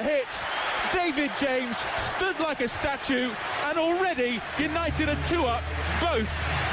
hit. David James stood like a statue and already United are two up, both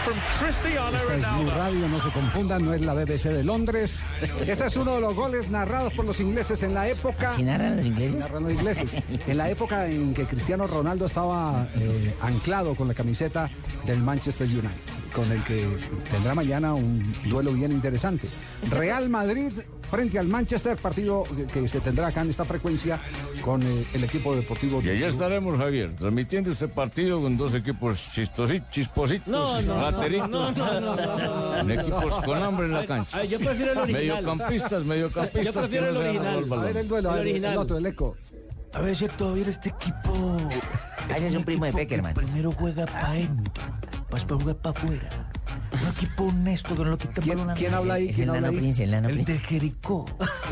from Cristiano Esta es Blue Ronaldo. Radio, no se confundan, no es la BBC de Londres. Este es uno de los goles narrados por los ingleses en la época. ¿Así narran los ingleses? Así narran los ingleses. En la época en que Cristiano Ronaldo estaba eh, anclado con la camiseta del Manchester United, con el que tendrá mañana un duelo bien interesante. Real Madrid frente al Manchester, partido que se tendrá acá en esta frecuencia con eh, el equipo deportivo. Y allá Blue. estaremos, Javier, transmitiendo este partido con dos equipos chistosi- chispositos, lateritos, en equipos con hambre en la cancha. Ay, yo prefiero el original. Mediocampistas, mediocampistas. Yo prefiero que no el se original. han dado A ver el balón. duelo, a ver, El el, original. otro, el eco. A ver, cierto, mira este equipo. Ah, ese es Este un primo de equipo que Peckerman. Primero juega para adentro, después para jugar para afuera. Un equipo honesto que no lo quita ¿Quién- balón a quién nadie. habla ahí? Es ¿Quién el habla nano ahí? Prince, el nano El Prince. de Jericó.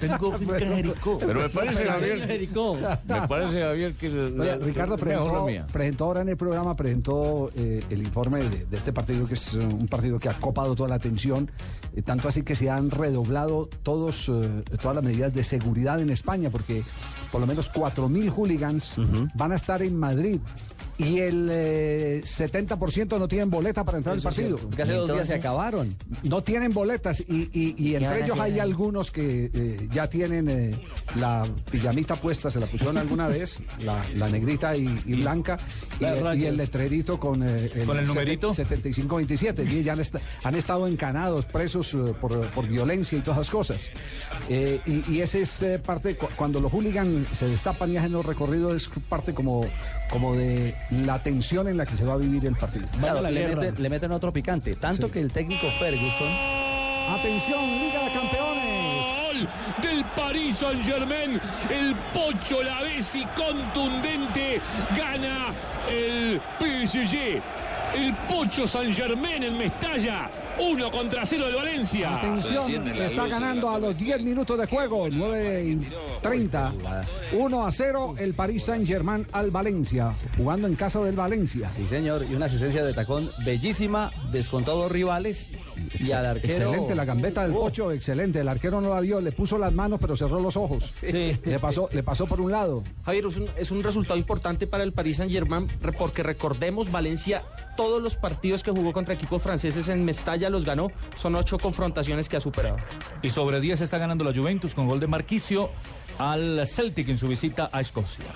Tengo finca en Jericó. Pero me parece, Javier, Jericó. me parece, Javier, que... la- Oye, la- Ricardo la mejor presentó, mía. presentó ahora en el programa, presentó eh, el informe de, de este partido, que es eh, un partido que ha copado toda la atención, eh, tanto así que se han redoblado todos, eh, todas las medidas de seguridad en España, porque por lo menos 4.000 hooligans van a estar en Madrid y el eh, 70% no tienen boleta para entrar al partido. hace dos días se acabaron. No tienen boletas y, y- y ¿Y qué van entre a ellos hacer hay ahí? algunos que eh, ya tienen eh, la pijamita puesta, se la pusieron alguna vez, la, la negrita y, y blanca, y, Las el- y rayas. el letrerito con, eh, el, ¿Con el sete- numerito? 75-27, y ya han, est- han estado encanados, presos eh, por, por violencia y todas esas cosas. Eh, y, y ese es eh, parte, cu- cuando los hooligans se destapan y hacen los recorridos, es parte como, como de la tensión en la que se va a vivir el partido. Claro, Vaya la le, guerra. meten, le meten otro picante. Tanto Sí. que el técnico Ferguson Atención, Liga de Campeones. Gol del Paris Saint Germain, el Pocho Lavesi contundente gana el PSG. El Pocho Saint Germain en Mestalla, 1 contra 0 del Valencia. Atención, está ganando a los 10 minutos de juego, 9 y 30. 1 a 0 el París Saint-Germain al Valencia, jugando en casa del Valencia. Sí, señor, y una asistencia de tacón bellísima, descontó a dos rivales y al arquero. Excelente la gambeta del Pocho, excelente. El arquero no la vio, le puso las manos pero cerró los ojos. Sí. Le pasó, le pasó por un lado. Javier, es un, es un resultado importante para el Paris Saint-Germain re- porque recordemos, Valencia, todos los partidos que jugó contra equipos franceses en Mestalla los ganó. Son ocho confrontaciones que ha superado. Y sobre 10 está ganando la Juventus con gol de Marquicio al Celtic en su visita a Escocia.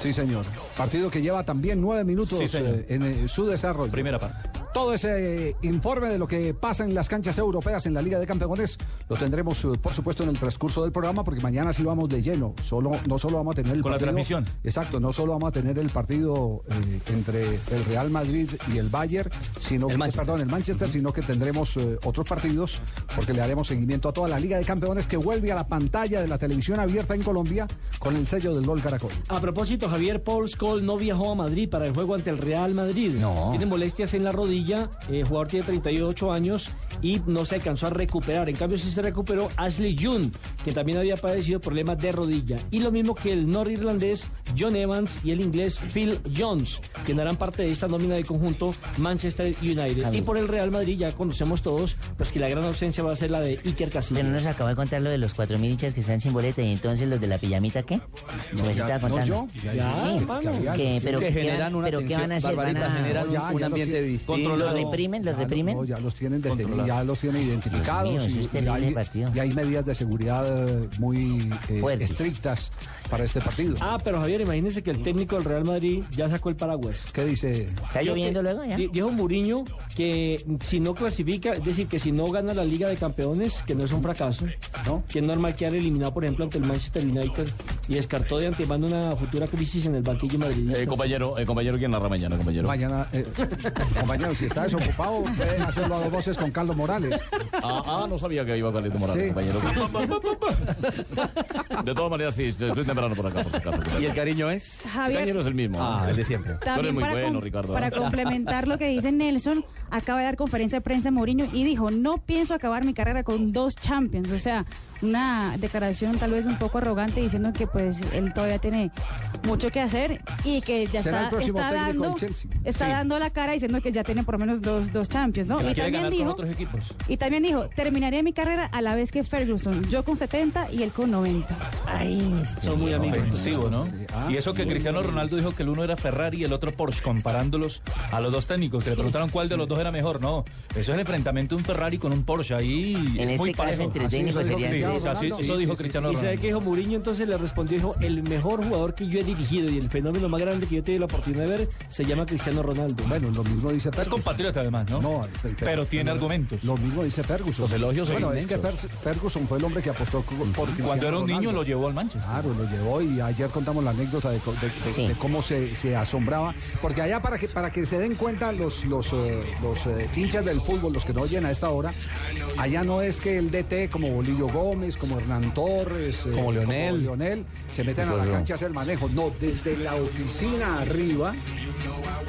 Sí, señor. Partido que lleva también 9 minutos Sí, señor. eh, en eh, su desarrollo. Primera parte. Todo ese eh, informe de lo que pasa en las canchas europeas en la Liga de Campeones lo tendremos, eh, por supuesto, en el transcurso del programa, porque mañana sí vamos de lleno. Solo, no solo vamos a tener el Con la partido- transmisión. Exacto, no solo vamos a tener el partido eh, entre el Real Madrid y el Bayern, sino que, Manchester. perdón, el Manchester, sino que tendremos eh, otros partidos, porque le daremos seguimiento a toda la Liga de Campeones que vuelve a la pantalla de la televisión abierta en Colombia con el sello del gol Caracol. A propósito, Javier Paul Scholl no viajó a Madrid para el juego ante el Real Madrid. No. Tiene molestias en la rodilla, el jugador tiene 38 años y no se alcanzó a recuperar. En cambio, sí se recuperó Ashley Young, que también había padecido problemas de rodilla. Y lo mismo que el norirlandés John Evans y el inglés Phil Jones, quien harán parte de esta nómina del conjunto Manchester United. Y por el Real Madrid ya conocemos todos, pues que la gran ausencia va a ser la de Iker Casillas. Pero no nos acaba de contar lo de los 4.000 hinchas que están sin boleta y entonces los de la pijamita, ¿qué? Se me ya- no, estaba contando. yo. Ya, sí, hermano. que- pero, que ¿qué generan van- una pero ¿qué tensión, van a hacer? Van Barbarita, a- generan Ya, un ya lo ambiente tiene. distinto. ¿Los reprimen? ¿Los Ya lo- reprimen? no, ya los tienen detenidos, ya los tienen Dios identificados mío, eso y- es y, terrible hay, partido. y hay medidas de seguridad eh, muy eh, Fuertes. estrictas para este partido. Ah, pero Javier, imagínese que el técnico del Real Madrid ya sacó el paraguas. ¿Qué dice? ¿Está Dijo lloviendo que- luego ya? di- Dijo Mourinho que si no clasifica, es decir, que si no gana la Liga de Campeones, que no es un fracaso, ¿No? que es normal quedar eliminado, por ejemplo, ante el Manchester United y descartó de antemano una futura crisis en el banquillo madridista. Eh, compañero, eh, compañero, ¿quién narra mañana, compañero? Mañana, eh, compañero, si está desocupado, pueden hacerlo a dos voces con Carlos Morales. Ah, ah, no sabía que iba a Carlito Morales, Sí. compañero. De todas maneras, sí, estoy temprano por acá, por si acaso. ¿Y el cariño es? El cañero Javier, es el mismo. Ah, el de siempre. Tú eres también muy para, bueno, com- Ricardo. ¿eh? para complementar lo que dice Nelson, acaba de dar conferencia de prensa Mourinho y dijo, no pienso acabar mi carrera con dos Champions. O sea, una declaración tal vez un poco arrogante diciendo que pues él todavía tiene mucho que hacer y que ya Será el está, próximo está técnico dando del Chelsea. está Sí. dando la cara diciendo que ya tiene por lo menos dos, dos Champions, ¿no? Que la Y quiere también ganar dijo... con otros equipos. Y también dijo, terminaré mi carrera a la vez que Ferguson, yo con 70 y él con 90. Ay, Son muy amigos. ¿no? y eso que Cristiano Ronaldo dijo que el uno era Ferrari y el otro Porsche, comparándolos a los dos técnicos. Que le preguntaron cuál de los dos era mejor. No, eso es el enfrentamiento de un Ferrari con un Porsche. Ahí En es muy este caso, parejo. Ah, entre técnicos Así serían es, dos. así- Eso dijo Cristiano Y Ronaldo. sabe que dijo Mourinho, entonces le respondió, dijo, el mejor jugador que yo he dirigido y el fenómeno más grande que yo he tenido la oportunidad de ver se llama Cristiano Ronaldo. Bueno, lo mismo dice Es Ferguson. compatriota además, ¿no? No, pero tiene argumentos. Lo mismo dice Ferguson. Los elogios son Bueno, es que inmensos. Fer- Ferguson fue el hombre que apostó cu- por Cuando Cristiano era un niño Ronaldo. lo llevó al Manchester. Claro, lo llevó y ayer contamos la anécdota de, co- de- de- Sí. de cómo se, se asombraba. Porque allá para que, para que se den cuenta los, los, eh, los eh, hinchas del fútbol, los que no oyen a esta hora, allá no es que el DT como Bolillo Gómez, como Hernán Torres, eh, Como Leonel. Leonel, se meten a la Claro. cancha a hacer manejo. No, desde la oficina arriba.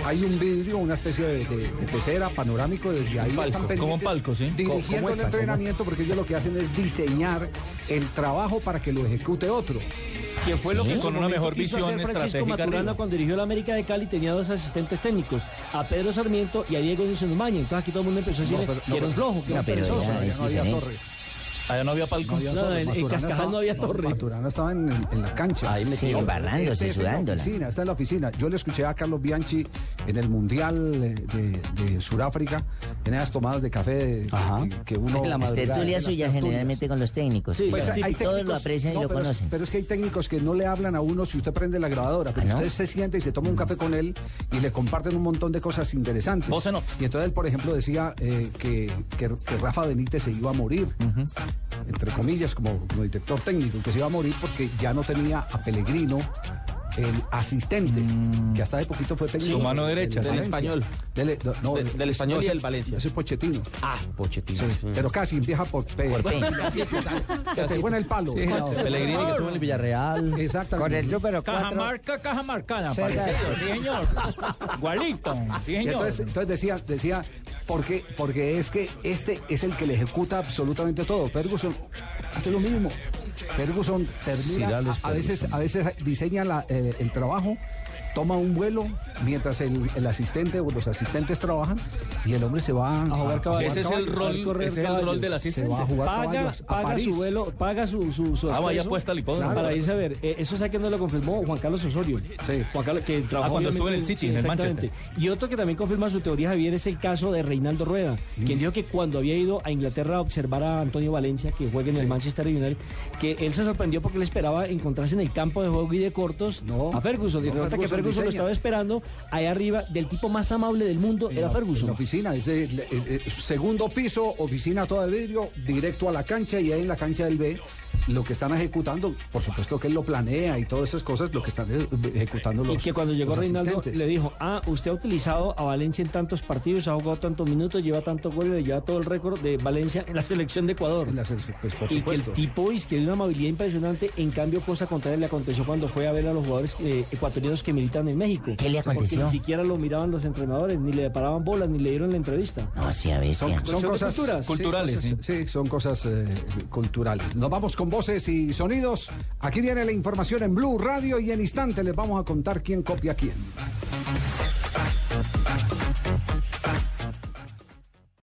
Hay un vidrio, una especie de, de- de pecera panorámico, desde ahí palco, están pendientes. como un palco, ¿sí? Dirigiendo ¿Cómo está? el ¿Cómo entrenamiento, porque ellos lo que hacen es diseñar el trabajo para que lo ejecute otro. Que fue lo Sí, que en su con una momento mejor quiso visión hacer Francisco estratégica Maturana arriba. cuando dirigió la América de Cali tenía dos asistentes técnicos, a Pedro Sarmiento y a Diego Díaz Maña. Entonces aquí todo el mundo empezó a decir pero- que era un flojo, que no, era un pero perezoso. ya es no había diferente. torre. Allá no había palco. había No, torre. en- en Maturana Cascajal estaba- no había torre. Maturana estaba en, en la cancha. Ahí metido. Sí, embarrándose, Este es en la sudándola. oficina, está en la oficina. Yo le escuché a Carlos Bianchi en el Mundial eh, de, de Sudáfrica, en esas tomadas de café de- Ajá. que, que uno... En la Las madrugada, en tertulias las suyas tertulias. generalmente con los técnicos. Sí, Pues Claro. hay todos lo técnicos- aprecian no, y lo pero es- conocen. pero es que hay técnicos que no le hablan a uno si usted prende la grabadora, pero ¿Ah, no? usted se sienta y se toma un café con él y le comparten un montón de cosas interesantes. Voz en off. Y entonces él, por ejemplo, decía eh, que, que- que Rafa Benítez se iba a morir, entre comillas, como, como director técnico, que se iba a morir porque ya no tenía a Pellegrino el asistente, que hasta hace poquito fue técnico. Mm. Su mano del- derecha, sí. Valencia. Español. Del, eh, no, no, De- es- del español no, y ese- del Valencia. Ese es Pochettino. Ah, Pochettino. Sí, pero casi empieza por P. Por P. Que pegó en el palo. No, Pellegrini que estuvo en el Villarreal. Exactamente. número Cajamarca, Cajamarcana, Sí, parecido, sí, señor. Igualito, sí, Y señor. entonces, entonces decía, decía porque, porque es que este es el que le ejecuta absolutamente todo. Ferguson hace lo mismo. Ferguson termina, Sirales a, a veces, Ferguson. a veces diseña la- eh, el trabajo, toma un vuelo, mientras el, el asistente o los asistentes trabajan, y el hombre se va a, jugar caballo. Ese es el rol, correr ese es el caballos. rol del se va a asistente. jugar paga, caballos a paga París. su vuelo, paga su, su, su Ah, vaya esfuerzo apuesta al hipódromo. Para Claro. irse a ver, Eh, eso es que no lo confirmó Juan Carlos Osorio. Sí. Juan Carlos, que trabajó Ah, obviamente cuando estuvo en el City, en el exactamente. Y otro que también confirma su teoría, Javier, es el caso de Reinaldo Rueda, quien Mm. dijo que cuando había ido a Inglaterra a observar a Antonio Valencia, que juega en el Manchester United, que él se sorprendió porque él esperaba encontrarse en el campo de juego y de cortos No. a Ferguson. Y No, resulta que Ferguson Ferguson diseña. lo estaba esperando allá arriba, del tipo más amable del mundo, En era la- en Ferguson. la oficina, es de- eh, eh, segundo piso, oficina toda de vidrio, directo a la cancha y ahí en la cancha del B. Lo que están ejecutando, por supuesto que él lo planea y todas esas cosas, lo que están eh, ejecutando los y que cuando llegó los Reinaldo asistentes. le dijo, ah, usted ha utilizado a Valencia en tantos partidos, ha jugado tantos minutos, lleva tantos goles, le lleva todo el récord de Valencia en la selección de Ecuador. En la selección, pues, por y que el supuesto. tipo es que de una amabilidad impresionante, en cambio cosa contraria le aconteció cuando fue a ver a los jugadores eh, ecuatorianos que militan en México. ¿Qué le Porque aconteció? ni siquiera lo miraban los entrenadores, ni le paraban bolas, ni le dieron la entrevista. No, sí, a Son, bestia. son Cuestión de cosas culturas. Culturales, sí, cosas- sí, son cosas eh, culturales. Nos vamos con voces y sonidos. Aquí viene la información en Blue Radio y en instante les vamos a contar quién copia a quién.